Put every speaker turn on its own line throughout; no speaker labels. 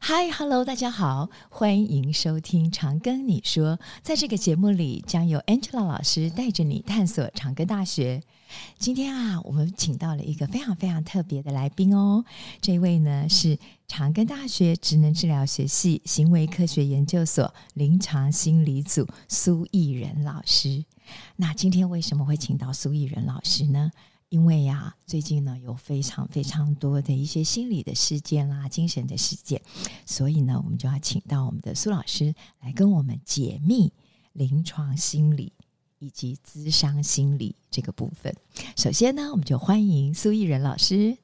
嗨，Hello，大家好，欢迎收听《长庚你说》。在这个节目里，将由 Angela 老师带着你探索长庚大学。今天啊，我们请到了一个非常非常特别的来宾哦。这位呢是长庚大学职能治疗学系行为科学研究所临床心理组苏艺仁老师。那今天为什么会请到苏艺仁老师呢？因为呀、最近呢有非常非常多的一些心理的事件啦、精神的事件，所以呢，我们就要请到我们的苏老师来跟我们解密临床心理以及咨商心理这个部分。首先呢，我们就欢迎苏艺仁老师。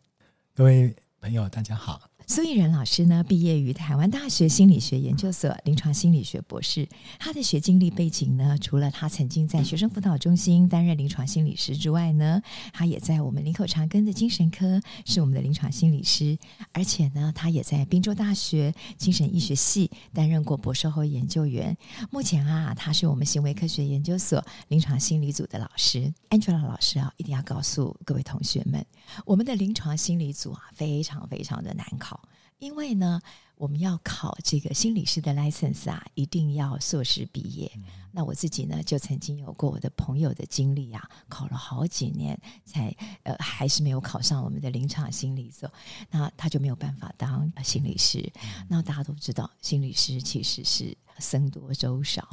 各位朋友，大家好。
苏艺仁老师呢，毕业于台湾大学心理学研究所临床心理学博士。他的学经历背景呢，除了他曾经在学生辅导中心担任临床心理师之外呢，他也在我们林口长庚的精神科是我们的临床心理师，而且呢，他也在宾州大学精神医学系担任过博士后研究员。目前啊，他是我们行为科学研究所临床心理组的老师 Angela 老师啊，一定要告诉各位同学们，我们的临床心理组啊，非常非常的难考，因为呢，我们要考这个心理师的 license 啊，一定要硕士毕业。那我自己呢，就曾经有过我的朋友的经历啊，考了好几年才呃，还是没有考上我们的临床心理所，那他就没有办法当呃心理师。那大家都知道，心理师其实是僧多粥少。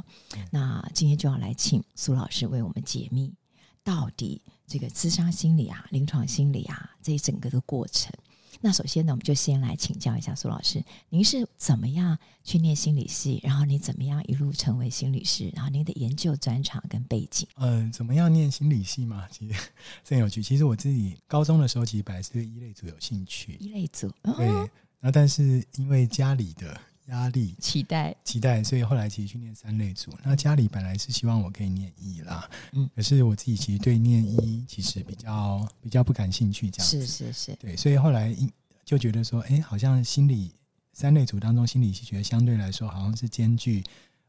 那今天就要来请苏老师为我们解密，到底这个自杀心理啊、临床心理啊这一整个的过程。那首先呢，我们就先来请教一下苏老师，您是怎么样去念心理系，然后你怎么样一路成为心理师，然后您的研究专长跟背景？
嗯、怎么样念心理系嘛？ 其实这很有趣。其实我自己高中的时候，其实本来是对一类组有兴趣，
一类组，
对。
嗯，
然后但是因为家里的压力
期待，
期待，所以后来其实去念三类组。那家里本来是希望我可以念医啦，
嗯
可是我自己其实对念医其实比较比较不感兴趣，这样子。
是是是，
对，所以后来因就觉得说，哎，好像心理三类组当中，心理学相对来说好像是兼具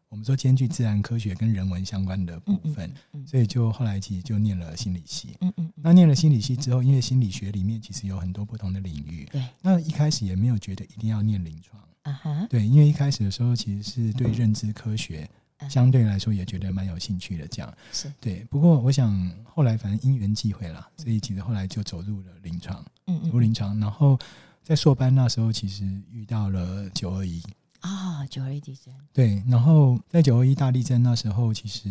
我们说兼具自然科学跟人文相关的部
嗯嗯
分，
嗯
所以就后来其实就念了心理系。
嗯嗯，嗯
那念了心理系之后，因为心理学里面其实有很多不同的领域，
对，
那一开始也没有觉得一定要念临床，
啊哈，
对，因为一开始的时候其实是对认知科学
嗯
相对来说也觉得蛮有兴趣的，这样
是，
对。不过我想后来反正因缘际会啦，所以其实后来就走入了临床。
嗯
我
嗯，
临床，然后在硕班那时候，其实遇到了九二一，
啊，九二一地震，
对，然后在九二一大地震那时候，其实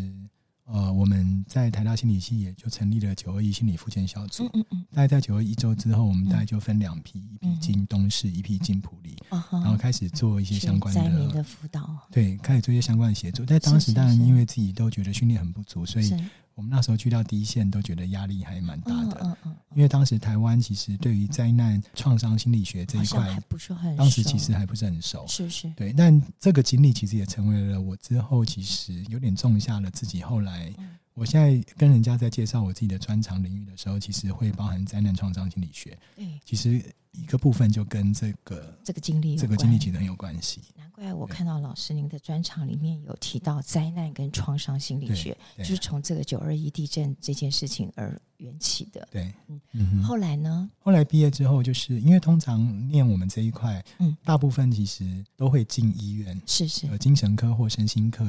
呃，我们在台大心理系也就成立了九二一心理复健小组。
嗯嗯嗯，
大概在九二一周之后，我
嗯
们大概就分两批，一批
嗯
进东市，一批进普里，
啊哈，
然后开始做一些
去
相关
灾民
的，
的辅导，
对，开始做一些相关的协助。但当
是
时当然
是
因为自己都觉得训练很不足，所
是，
以我们那时候去到第一线都觉得压力还蛮大
嗯
的。
嗯嗯，
因为当时台湾其实对于灾难创伤心理学这
好
一
像
块
还不是很熟，
当时其实还不是很熟。
是是，
对，但这个经历其实也成为了我之后其实有点种下了自己后来
嗯，
我现在跟人家在介绍我自己的专长领域的时候，其实会包含灾难创伤心理学，
对
其实一个部分就跟这个
哎这个经历有
这
关，
个经历其实很有关系。
难怪我
对
看到老师您的专场里面有提到灾难跟创伤心理
对
学，就
对
是从这个九二一地震这件事情而缘起的。
对
嗯，
嗯哼。
后来呢？
后来毕业之后，就是因为通常念我们这一块，
嗯
大部分其实都会进医院，
是是
呃，精神科或身心科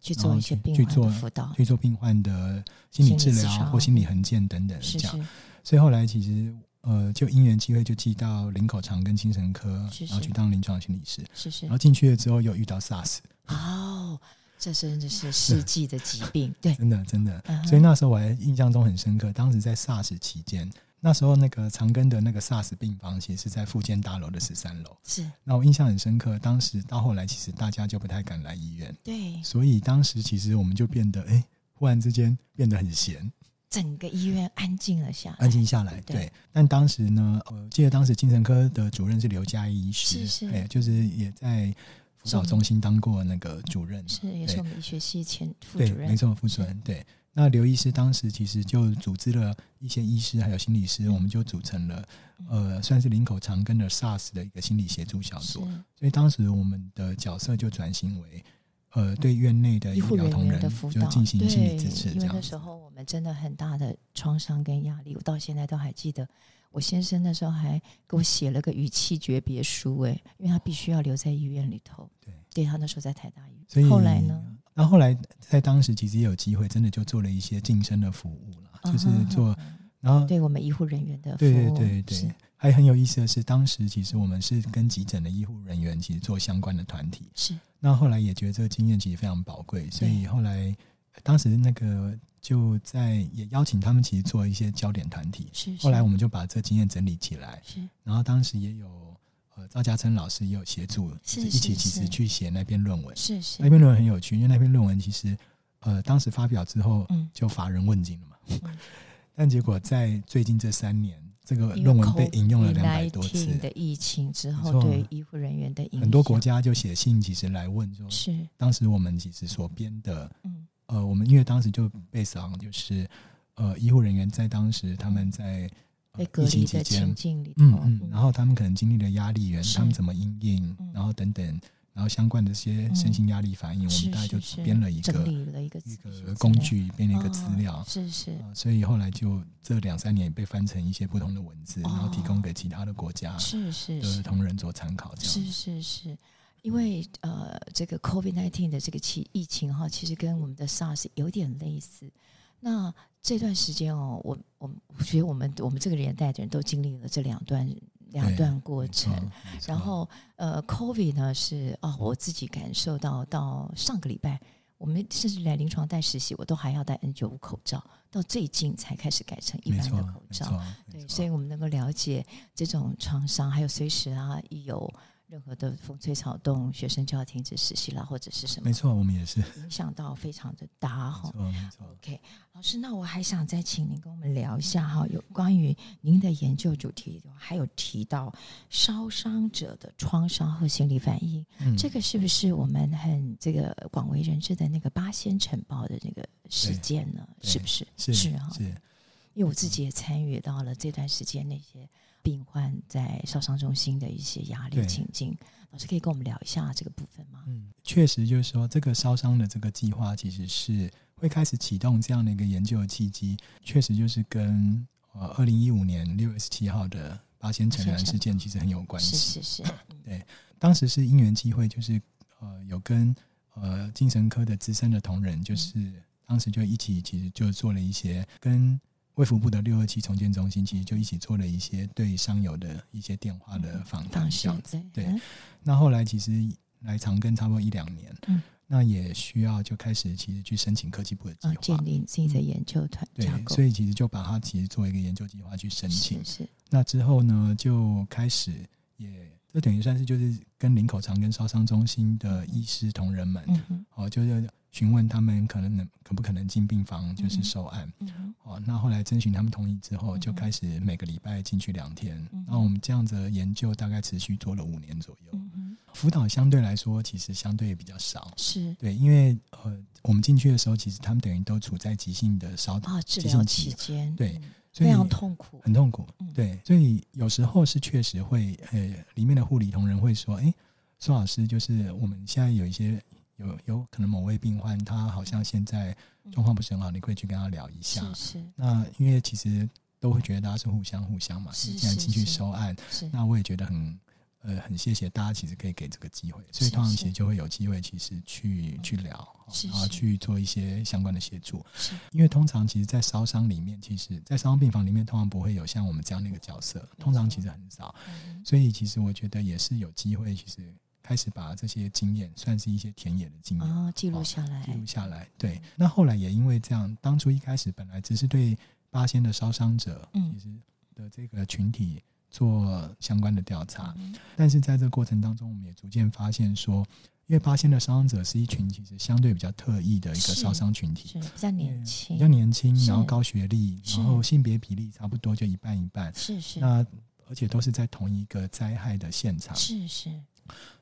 去
然
做
后
一些
去
病
去
患
做
的辅导，
去做病患的心
心
理
理
治
咨
疗
商
或心理横件等等的
是
这样。
是
所以后来其实呃，就因缘机会就寄到林口长庚精神科，
是
然后
是
去当临床心理师。
是是
然，后进去了之后又遇到 SARS，
哦，这真的是世纪的疾病，对，
真的真的。
嗯哼
所以那时候我还印象中很深刻，当时在 SARS 期间。那时候那个长庚的那个 SARS 病房，其实是在附建大楼的十三楼。
是
那我印象很深刻，当时到后来，其实大家就不太敢来医院，
对
所以当时其实我们就变得，哎、忽然之间变得很闲，
整个医院安静了下来，
安静下来。
对
对，但当时呢，呃，记得当时精神科的主任是刘佳怡医
是
师，
是
哎，就是也在辅导中心当过那个主任，
是也是我们医学系前副
对，
主任
没，错，副主任。对，那刘医师当时其实就组织了一些医师还有心理师，
嗯
我们就组成了呃，算是林口长庚的 SARS 的一个心理协助小
是
组。所以当时我们的角色就转型为。呃对院内的医
医护
疗
人
同
仁
仁
的辅
就
导，
进行
对，
心理支持，
因
这
为
样
那
子
时候我们真的很大的创伤跟压力，我到现在都还记得。我先生那时候还给我写了个语气诀别书、诶，哎，因为他必须要留在医院里头。
对，
对他那时候在台大医
所以
院。后来呢？？
那后来在当时其实也有机会，真的就做了一些晋升的服务啦，就是
嗯哼
做，
嗯
然后
对我们医护人员的服
对对
务，
对
是
对，还很有意思的是，当时其实我们是跟急诊的医护人员其实做相关的团体，
是
那后来也觉得这个经验其实非常宝贵，所以后来当时那个就在也邀请他们其实做一些焦点团体，
是。
后
是
来我们就把这经验整理起来，
是
然后当时也有呃赵家琛老师也有协助，
是
就一起
是
其实
是
去写那篇论文，
是
那
是，
篇论文很有趣，因为那篇论文其实呃当时发表之后
嗯，
就乏人问津了嘛，
嗯
但结果在最近这三年，这个
因为
呃论文被引用了
COVID-19
两百多次，
的疫情之
没
后，
错啊
对医护人员的影响，
很多国家就写信其实来问说，
是
当时我们其实所编的
嗯
呃，我们因为当时就被赏，就是呃，医护人员在当时他们在、呃
被隔
疫情
离
期
的
间
情，境里头，
嗯嗯，然后他们可能经历了压力源，
哦是
他们怎么应应，
嗯
然后等等，然后相关的这些身心压力反应，我
是
们大概
是
就是编了一
整
个
理了一个
一
资讯
个工具，编了
资料，
一个资料。
哦是是
呃所以后来就这两三年也被翻成一些不同的文字，
哦
然后提供给其他的国家
是是
的
是
同仁做参考，这样
是
子。
是是。因为呃，这个 COVID nineteen 的这个期疫情哈，其实跟我们的 SARS 有点类似。那这段时间哦，我我我觉得我们我们这个年代的人都经历了这两段两
对
段过
没
程
错。没错
然后呃，COVID 呢是哦，我自己感受到到上个礼拜，我们甚至来临床带实习，我都还要戴 N 九五口罩，到最近才开始改成一
没
般
错
的口
没
罩。
错，
对，
没
所以
错，
我们能够了解这种创伤，还有随时啊一有任何的风吹草动，学生就要停止实习了，或者是什么
没错，我们也是，没
影响到非常的大哈。
错没错。
OK，老师，那我还想再请您跟我们聊一下哈，有关于您的研究主题，还有提到烧伤者的创伤后心理反应，
嗯
这个是不是我们很这个广为人知的那个八仙城堡的那个事件呢？
对
是不是？啊
是
哈，
是
因为我自己也参与到了这段时间那些病患在烧伤中心的一些压力
对
情境，老师可以跟我们聊一下这个部分吗？
嗯，确实就是说，这个烧伤的这个计划其实是会开始启动这样的一个研究的契机，确实就是跟呃二零一五年六月十七号的八仙城燃事件其实很有关
是
系。
是是，嗯
当时是因缘机会，就是呃有跟呃精神科的资深的同仁，就是当时就一起其实就做了一些跟。卫福部的六二七重建中心其实就一起做了一些对伤友的一些电话的访谈，
方
这
式
样子。
对
对
嗯
那后来其实来长庚差不多一两年，
嗯
那也需要就开始其实去申请科技部的
啊，
计
建
划，
立自己的研究团
对
架，构，
所以其实就把它其实做一个研究计划去申请
是。是
那之后呢，就开始也这等于算是就是跟林口长庚烧伤中心的医师同仁们，
嗯哼
哦，就是询问他们可能能可不可能进病房就是受案。
嗯哼
哦，那后来征询他们同意之后，
嗯
就开始每个礼拜进去两天。
嗯
那我们这样子的研究大概持续做了五年左右。
嗯哼，
辅导相对来说其实相对比较少，
是
对，因为呃，我们进去的时候，其实他们等于都处在急性的烧，
啊，治
急
疗
性
期
期
间
对
嗯
所以
非常痛苦，
很痛苦
嗯，
对，所以有时候是确实会，呃，里面的护理同仁会说，哎，苏老师，就是我们现在有一些有有可能某位病患他好像现在状况不是很好，你可以去跟他聊一下。
嗯是是
那因为其实都会觉得大家是互相互相嘛，
是
既然
是
进去
是
收案，
是，
那我也觉得很呃很谢谢大家，其实可以给这个机会，所以
是
通常
是
其实就会有机会，其实去去聊，哦
是
然后
是
去做一些相关的协助。
是
因为通常其实，在烧伤里面，其实，在烧伤病房里面，通常不会有像我们这样的一个角色，通常其实很少，
嗯哼
所以其实我觉得也是有机会，其实开始把这些经验，算是一些田野的经验。
啊，记录
哦
下来，
记录下来。对，那后来也因为这样，当初一开始本来只是对八仙的烧伤者，
嗯
其实的这个群体做相关的调查，
嗯哼
但是在这个过程当中，我们也逐渐发现说，因为八仙的烧伤者是一群其实相对比较特异的一个
是
烧伤群体，
是比较年轻
嗯比较，年轻，
是
然后高学历，
是
然后性别比例差不多就一半一半，
是是
那。而且都是在同一个灾害的现场，
是是，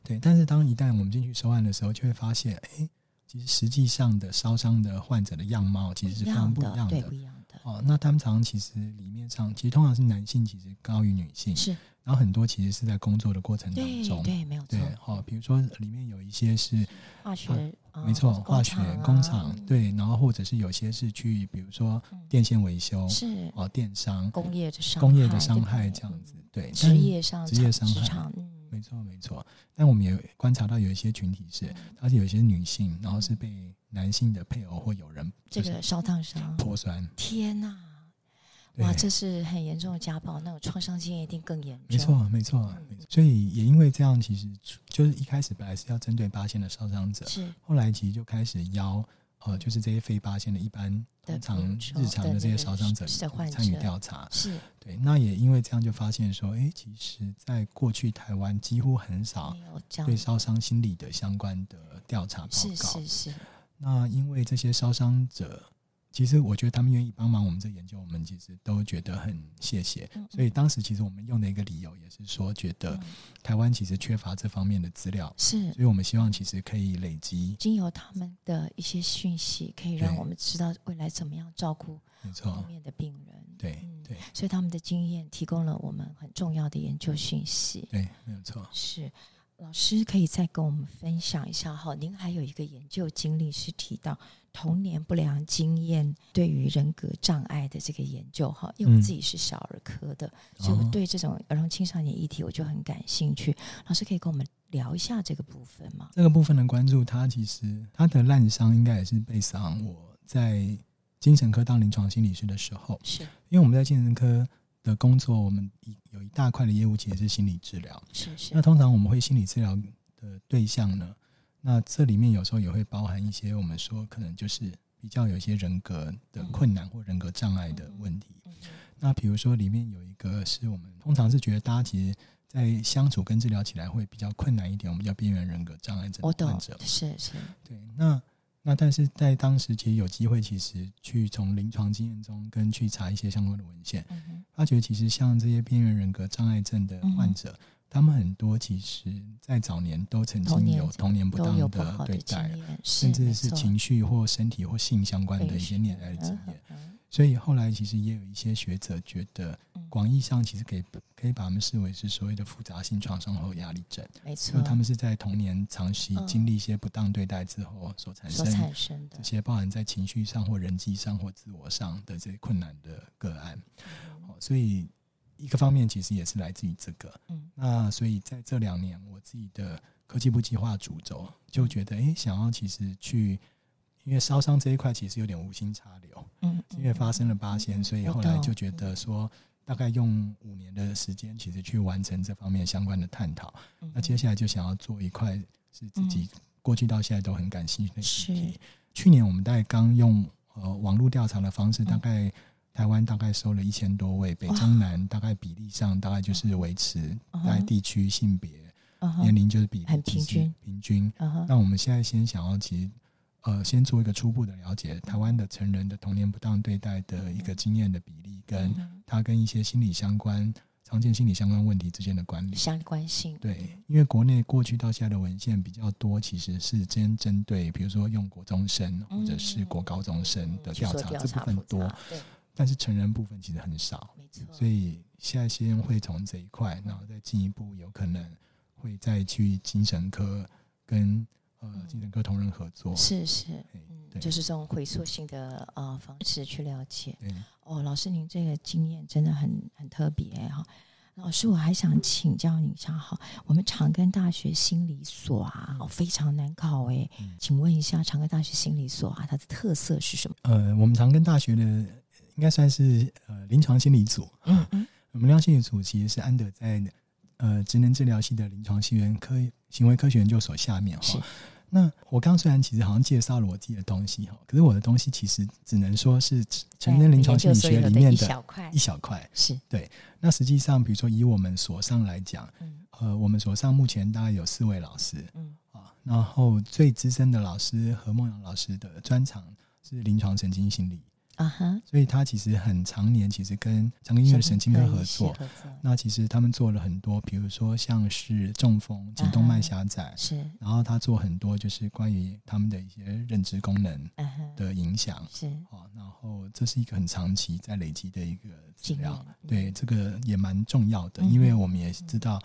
对，但是当一旦我们进去收案的时候，就会发现，哎，其实实际上的烧伤的患者的样貌其实是
一
非常
样
不一
的，
样
对，
的
不。一样的，
哦，那他们常常其实里面上，其实通常是男性其实高于女性，
是
然后很多其实是在工作的过程当
对
中。哦
对，没有错
对，，好、比如说里面有一些是
化学哦
没错，
工
化学
厂啊嗯
工厂对，然后或者是有些是去，比如说电线维修，
是
哦，电商、
工业的伤
工业的
害
伤
对不
害
对
这样子，对，
职
但
业上
职业
场
伤
职
害
场嗯
没错没错。但我们也观察到有一些群体是，
嗯
她是有一些女性，然后是被男性的配偶或友人
这
就是
个烧烫伤，
泼酸，
天呐，
对
哇，这是很严重的家暴，那种创伤经验一定更严重。
没错，没错，没错。所以也因为这样，其实就是一开始本来是要针对八线的烧伤者，
是
后来其实就开始邀呃，就是这些非八线的一般
的
通常
民众
日常
的
的这
那
些
个
烧伤者
是患
参与
者
调查。
是，
对，那也因为这样就发现说，诶，其实在过去台湾几乎很少
没有这样
对，烧伤心理的相关的调查报
嗯是
告
是。是，
那因为这些烧伤者，其实我觉得他们愿意帮忙我们这研究，我们其实都觉得很谢谢。
嗯
所以当时其实我们用的一个理由也是说，觉得
嗯
台湾其实缺乏这方面的资料，
是
所以我们希望其实可以累积，
经由他们的一些讯息，可以让
对嗯
我们知道未来怎么样照顾
没
后
错，
面的病人。
对
嗯
对
所以他们的经验提供了我们很重要的研究讯息。
对，没有错。
是，老师可以再跟我们分享一下哈。您还有一个研究经历是提到童年不良经验对于人格障碍的这个研究哈，因为我
嗯
自己是小儿科的，所以我
哦
对这种儿童青少年议题我就很感兴趣。老师可以跟我们聊一下这个部分吗？
这个部分的关注，它其实它的滥伤应该也是被伤。我在精神科当临床心理师的时候，
是
因为我们在精神科的工作，我们一有一大块的业务其实是心理治疗。
是
那
是，
通常我们会心理治疗的对象呢，那这里面有时候也会包含一些我们说可能就是比较有一些人格的困难或人格障碍的问题。
嗯
那比如说里面有一个是我们通常是觉得大家其实在相处跟治疗起来会比较困难一点，我们叫边缘人格障碍症
我
的患
懂
者，。
是是
对，那那但是在当时其实有机会，其实去从临床经验中跟去查一些相关的文献，
嗯哼
发觉其实像这些边缘人格障碍症
嗯
的患者，他们很多其实在早年都曾
童
经
年
有童年不
都
当
有不
的
好
对
的
待
经，验，
甚至
没
是
错
情绪或身体或性相关的
被
一些
训
虐待的经
嗯
验。
嗯
所以后来其实也有一些学者觉得
嗯，
广义上其实可以可以把他们视为是所谓的复杂性创伤后压力症，
没
因
错，
为他们是在童年长期
嗯
经历一些不当对待之后所产
所
生
产生的
这些包含在情绪上或人际上或自我上的这些困难的个案。哦，所以一个方面其实也是来自于这个。
嗯，
那所以在这两年，我自己的科技部计划主轴就觉得，诶，想要其实去，因为烧伤这一块其实有点无心插柳，
嗯，
因为
嗯
发生了八仙，所以后
我
来
懂
就觉得说。大概用五年的时间，其实去完成这方面相关的探讨。
嗯
那接下来就想要做一块是自己过去到现在都很感兴趣的
是
议题。去年我们大概刚用呃网络调查的方
嗯
式，大概台湾大概收了一千多位，北中南大概比例上大概就是维持
嗯哼
在地区、性别、
嗯哼
年龄就是比例
很平
其实
均
平均。
嗯哼
那我们现在先想要其实。呃，先做一个初步的了解，台湾的成人的童年不当对待的一个经验的比例，跟
嗯
它跟一些心理相关、常见心理相关问题之间的关联。
相关性，
对，因为国内过去到现在的文献比较多，其实是先针对比如说用国中生或者是国高中生的
嗯去
调
做
查、
调
这
查
部分
复
多
杂，，对，
但是成人部分其实很少，
没错，
所以现在先会从这一块，然后再进一步有可能会再去精神科跟呃精神科同仁合作，
嗯是是，
嘿
嗯，
对
就是这种回溯性的呃方式去了解。
对，
哦，老师，您这个经验真的很很特别哈、老师，我还想请教您一下哈，我们长庚大学心理所啊，哦非常难考哎、
嗯
请问一下，长庚大学心理所啊，它的特色是什么？
呃，我们长庚大学的应该算是呃临床心理组，
嗯嗯，
我们量心理组其实是安德在呃职能治疗系的临床心源科行为科学研究所下面
是
哈。那我刚虽然其实好像介绍了我自己的东西哈，可是我的东西其实只能说是成人临床心理学里面
一
的
小块
一，小块。
是，
那实际上，比如说以我们所上来讲，
嗯
呃，我们所上目前大概有四位老师
嗯
啊，然后最资深的老师何梦阳老师的专长是临床神经心理，
啊哈，
所以他其实很常年其实跟长庚医院神经
嗯
科合作，
合作
那其实他们做了很多，比如说像是中风、颈动脉狭窄，
是，
然后他做很多就是关于他们的一些认知功能
嗯哼，
的影响。
是
哦，然后这是一个很长期在累积的一个资
经验嗯
料，对这个也蛮重要的，
嗯哼
因为我们也知道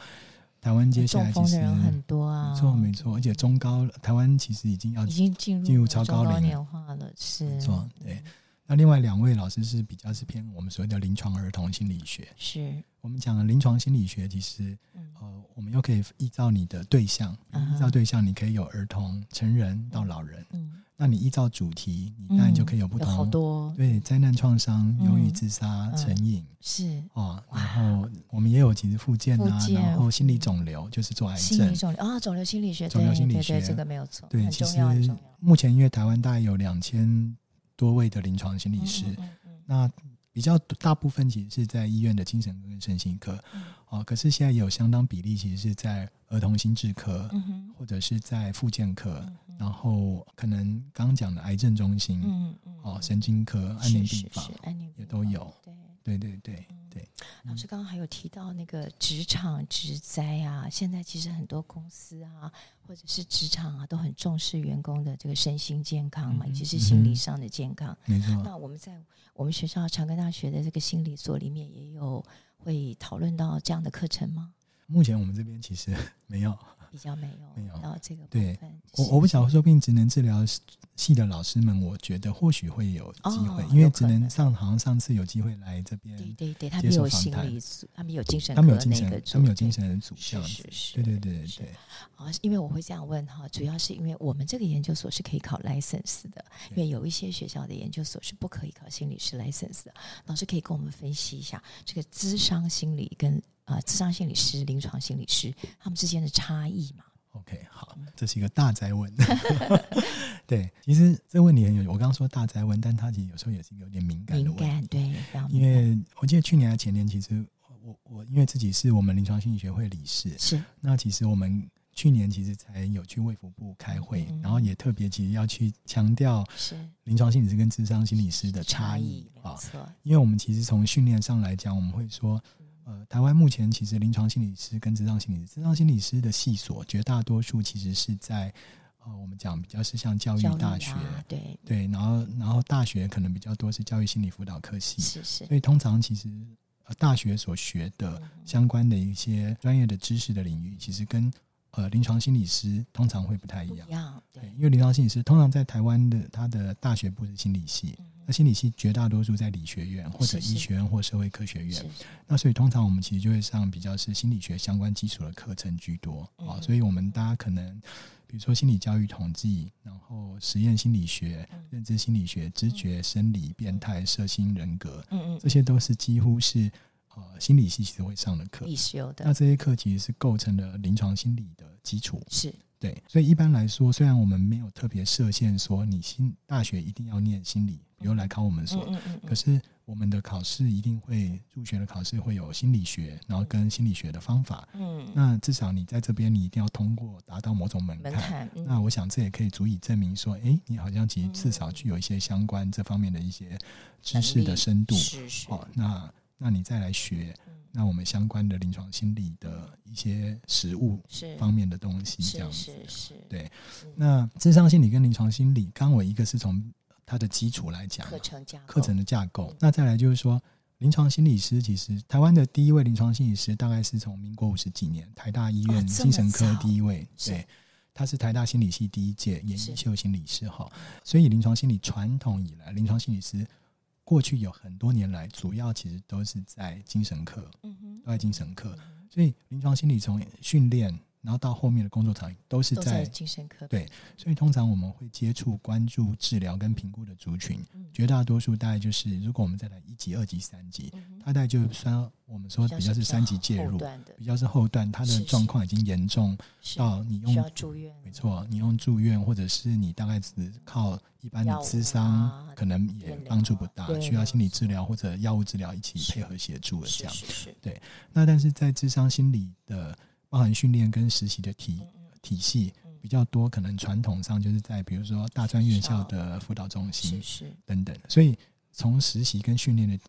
台湾接下
中
来其
风的
实
人很多啊，
没错没错，而且中高台湾其实已经要
已经进入
进入超
中
高龄了
年化了，是
没错对，那另外两位老师是比较是偏我们所谓的临床儿童心理学。
是，
我们讲的临床心理学，其实
嗯
呃，我们又可以依照你的对象，
嗯哼
依照对象，你可以有儿童、成人到老人。
嗯，
那你依照主题，你当然就可以有不
有
同，
好多
对灾难、创伤、
嗯
忧郁、自杀、
嗯
成瘾
是
啊，然后我们也有其实复健啊，
复健
然后心理肿瘤就是做癌
心
症
理。肿瘤啊，肿瘤心理学，
肿
对
瘤
对
心理
对，
学
这个没有错，
对，
很
其
重
实
要，很重要。
目前因为台湾大概有两千多位的临床心理
嗯
师，
嗯嗯嗯
那比较大部分其实是在医院的精神科跟身心科，
嗯
哦，可是现在也有相当比例其实是在儿童心智科，
嗯哼，
或者是在复健科，
嗯哼
然后可能刚刚讲的癌症中心，
嗯嗯，
哦，
嗯
神经科、安宁
是
病
是
房
是，安宁
也
病
都
房
有。
对。
对对对
嗯
对，
老师刚刚还有提到那个职场职灾啊，现在其实很多公司啊，或者是职场啊，都很重视员工的这个身心健康嘛，
嗯哼
尤其是
嗯
心理
哼
上的健康。
没错，
那我们在我们学校长庚大学的这个心理所里面也有会讨论到这样的课程吗？
目前我们这边其实 没有，
比较没有，
没有
到这个部
对
分。
我我不晓得说不定职能治疗系的老师们，我觉得或许会有机会，
哦
因
有
为
可
职能
能
上好像上次有机会来这边，
对对对，他
接
们
受
有
访
心
谈
理组，他们有精神
他们有
科
精
那个
神，
组，
他们有
对
精神的组这
是
样子
是，是，
对对对对
是
对。
啊，因为我会这样问哈，主要是因为我们这个研究所是可以考 license 的，因为有一些学校的研究所是不可以考心理师 license 的。老师可以跟我们分析一下这个智商心理跟啊智商心理师、临床心理师他们之间的差异嘛？
OK，好，这是一个大灾问。 对，其实这问题很有，我刚刚说大灾问，但它其实有时候也是一个有点敏感的
敏
问题。
感对，非常
因
敏感
为我记得去年还前年，其实我我因为自己是我们临床心理学会理事，
是
那其实我们去年其实才有去卫福部开会，
嗯
然后也特别其实要去强调
是
临床心理师跟智商心理师的差异
异，没
啊，
错，
因为我们其实从训练上来讲，我们会说，呃，台湾目前其实临床心理师跟职场心理师、职场心理师的系所，绝大多数其实是在呃，我们讲比较是像教育
教育
大学，
啊对
对，然后然后大学可能比较多是教育心理辅导科系，
是是
所以通常其实呃大学所学的
嗯
相关的一些专业的知识的领域，其实跟呃临床心理师通常会不太一
不
样
一。样
对，
对
因为临床心理师通常在台湾的他的大学部是心理系，那心理系绝大多数在理学院或者
嗯是是
医学院或社会科学院
是，
那所以通常我们其实就会上比较是心理学相关基础的课程居多
嗯
啊、
哼
所以我们大家可能比如说心理教育统计，然后实验心理学、
嗯
认知心理学、知觉、生理、变态、社心人格，
嗯嗯
这些都是几乎是呃心理系其实会上的课
必。修
那
的
这些课其实是构成了临床心理的基础，
是
对，所以一般来说，虽然我们没有特别设限说你心大学一定要念心理，比如来考我们所，
嗯嗯嗯
可是我们的考试一定会入学的考试会有心理学，然后跟心理学的方法。
嗯
那至少你在这边，你一定要通过达到某种门
门
槛。
槛嗯
那我想这也可以足以证明说，诶，你好像其实至少具有一些相关这方面的一些知识的深度。
是是
哦，那那你再来学，
嗯
那我们相关的临床心理的一些实务
是
方面的东西，这样
是
子。啊
是是
对那智商心理跟临床心理，刚我一个是从它的基础来讲，
课程架构
啊课程的架构，那再来就是说，临床心理师其实台湾的第一位临床心理师大概是从民国五十几年台大医
哦这
院
么
精神科第一位，
早是
对，他是台大心理系第一届严
是
一秀心理师哈，所以临床心理传统以来，临床心理师过去有很多年来，主要其实都是在精神科，
嗯哼
都在精神科，
嗯
所以临床心理从训练。然后到后面的工作场域都是
都在
在
精神科
对所以通常我们会接触、关注、治疗跟评估的族群
嗯，
绝大多数大概就是，如果我们再来一级、二级、三级，
嗯
它大概就算我们说比较是三级介
后
入，
段的
比较是后段，它
是
的
是
状况已经严重
是
到你
需要
用
住院，
没错，你用住院或者是你大概只靠一般
药
的
物
咨商
啊，
可能也
电疗
帮助
啊
不大
对，
需要心理治疗或者药物治疗一起配合协助的这样。那但是在智商心理的包含训练跟实习的体
嗯
体系比较多，可能传统上就是在比如说大专院校的辅导中
是
心
是
等等，所以从实习跟训练的
的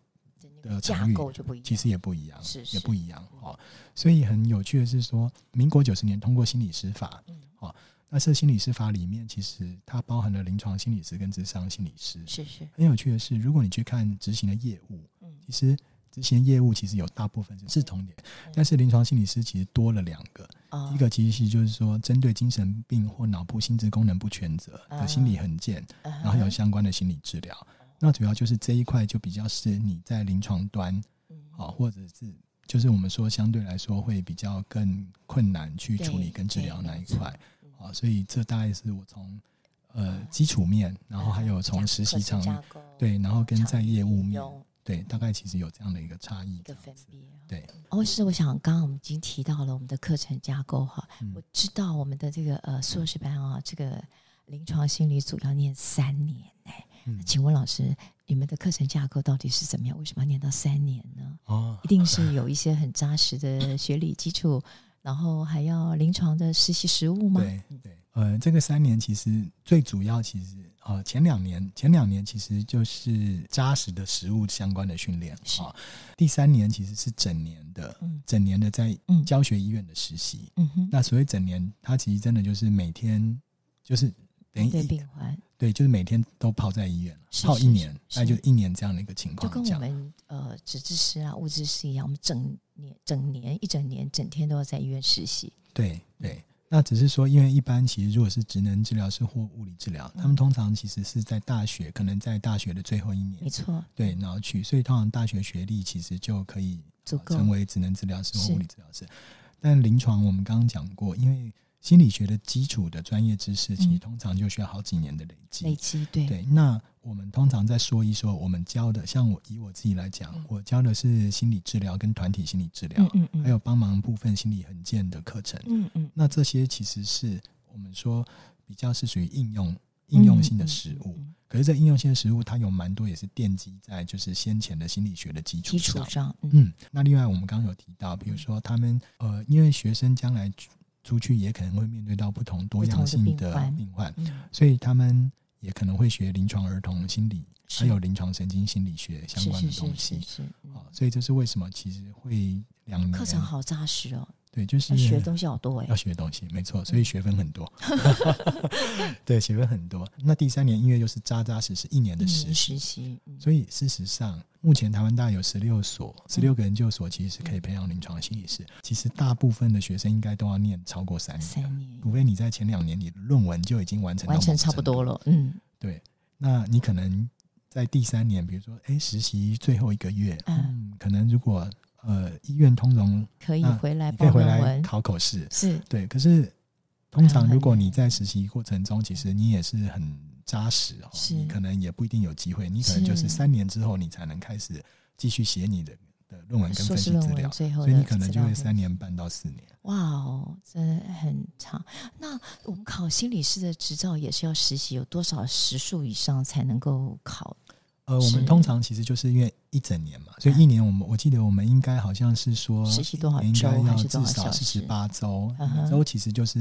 那个
的
架
场域
构就不一样，
其实也不一样，
是
也
是
不一样哦。所以很有趣的是说，民国九十年通过心理师法
嗯，
哦，那这心理师法里面其实它包含了临床心理师跟智商心理师。
是是
很有趣的是，如果你去看执行的业务，
嗯
其实之前业务其实有大部分是是重点，但是临床心理师其实多了两个，
哦
第一个其实是就是说针对精神病或脑部心智功能不全责的心
啊
理横件，
然
然后有相关的心理治
哦
疗。那主要就是这一块就比较是你在临床端
嗯
啊，或者是就是我们说相对来说会比较更困难去处理
对
跟治疗
对
那一
没错嗯
块啊，所以这大概是我从呃基础面，然后还
嗯
有从实习场域，对，然后跟在业务面，对，大概其实有这样的一个差异
一个
这样
分
子。
别。
对，
哦，是我想刚刚我们已经提到了我们的课程架构哈，
嗯
我知道我们的这个呃硕士班啊，这个临床心理组要念三年哎、
嗯
请问老师，你们的课程架构到底是怎么样？为什么要念到三年呢？
哦
一定是有一些很扎实的学理基础，然后还要临床的实习实务吗？嗯
对对，呃，这个三年其实最主要，其实呃，前两年前两年其实就是扎实的食物相关的训练
是
啊、第三年其实是整年的，
嗯
整年的在
嗯
教学医院的实习。
嗯哼，
那所谓整年，它其实真的就是每天就是等于
对
一
病患
对，就是每天都泡在医院了，
是
泡
是
一年，
是
那就是一年这样的一个情
就
况，
跟
这
我
样
们呃纸质师啊、物质师一样，我们整年整年一整年整天都要在医院实习。
对对，那只是说，因为一般其实如果是职能治疗师或物理治疗，
嗯
他们通常其实是在大学，可能在大学的最后一
没
年，
错，
对，然后去，所以通常大学学历其实就可以、呃
足够
成为职能治疗师
是
或物理治疗师。但临床我们刚刚讲过，因为心理学的基础的专业知识，其
嗯
实通常就需要好几年的累积。
累积对
对，那我们通常在说一说我们教的，像我以我自己来讲，我教的是心理治疗跟团体心理治疗，
嗯嗯嗯，
啊还有帮忙部分心理横件的课程。
嗯嗯
那这些其实是我们说比较是属于应用应用性的实物。
嗯嗯嗯
可是，这应用性的实物它有蛮多也是奠基在就是先前的心理学的基础
基础
上。
上嗯
嗯，那另外我们刚刚有提到，比如说他们呃，因为学生将来出出去也可能会面对到不同多样性
不同的病
的
患
病患，
嗯
所以他们也可能会学临床儿童心理，
是
还有临床神经心理学相
是
关
是
的
是
东西
是。是，嗯
啊，所以这是为什么其实会两年
课程好扎实哦，
对，就是
要学的东西好多哎
要，学的东西，没错，
嗯
所以学分很多。 对，学分很多。那第三年音乐又是扎扎实实一年
一
的
年
实习，
实习，嗯
所以事实上，目前台湾大有十六所，十六个研究所其实是可以培养临床心理师。其实大部分的学生应该都要念超过三年，
三年
除非你在前两年你的论文就已经完成到
完成
某个
差不
哎程度
多。了，嗯，
对，那你可能在第三年，比如说，哎，实习最后一个月，
嗯
嗯，可能如果呃医院通融，
可以
那
回来
嗯你可以
报
回
论
来
文，
考口试，
是
对，可是通
嗯
常
很
如果
难
你在实习过程中，其实你也是很扎实哦，
是
你可能也不一定有机会，你可能就是
是
三年之后你才能开始继续写你的的论文跟
硕
分
士
析
论
资
文
料，
最后
所
的资料分
以你
析，
可能就会三年半到四年。
哇哦，真的很长。那我们考心理师的执照也是要实习，有多少时数以上才能够考？
呃，我
是嗯
们通常其实就是因为一整年嘛，所以一年我们我记得我们应该好像是说
实习多少
应该
周还
要
是
至
多少
少
小
四十
时？
八周，
嗯哼
每周其实就是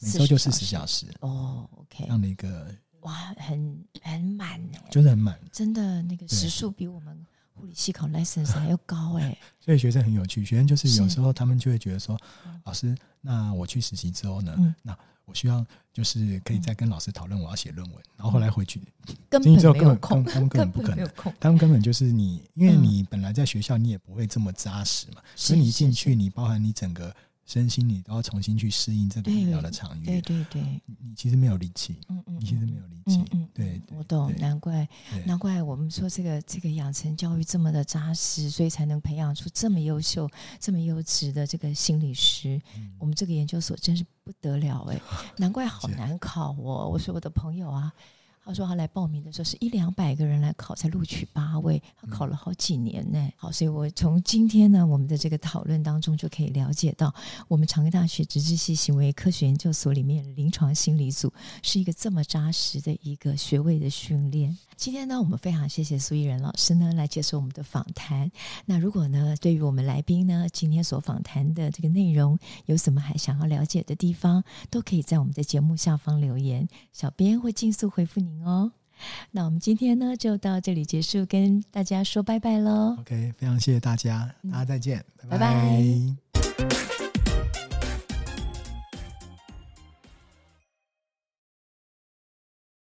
每周就四
40
十小时
哦，OK，
这样的一个，
哇，很很满呢，
就是很满。
真的那个时数比我们护理系考 license 还要高 哎，
所以学生很有趣，学生就是有
是
时候他们就会觉得说，老师，那我去实习之后呢，
嗯
那我需要就是可以再跟老师讨论我要写论文，然后后来回去，
嗯根
经济之
本没
后根
有
本
空，
他们根本不可
没有
能，
空，
他们根本就是你，因为
嗯
你本来在学校你也不会这么扎实嘛，
是
所以你一进
是
去，你包含你整个身心，你都要重新去适应这个
对
医疗的场域，
对对对，
你你其实没有力气，
嗯嗯，
你其实
嗯
没有力气
嗯，嗯，
对
嗯
对
我懂，
对
难怪
对
难怪我们说这个这个养成教育这么的扎实，所以才能培养出这么优秀、这么优质的这个心理师。
嗯
我们这个研究所真是不得了 哎、难怪好
是
难考哦。我说我的朋友啊，他说他来报名的时候是一两百个人来考，才录取八位，他
嗯
考了好几年呢、好，所以我从今天呢我们的这个讨论当中就可以了解到，我们长庚大学直治系行为科学研究所里面临床心理组是一个这么扎实的一个学位的训练。今天呢，我们非常谢谢苏怡仁老师呢来接受我们的访谈。那如果呢，对于我们来宾呢，今天所访谈的这个内容有什么还想要了解的地方，都可以在我们的节目下方留言，小编会尽速回复您哦。那我们今天呢就到这里结束，跟大家说拜拜喽。
，OK，非常谢谢大家，大家再见，
嗯拜拜
拜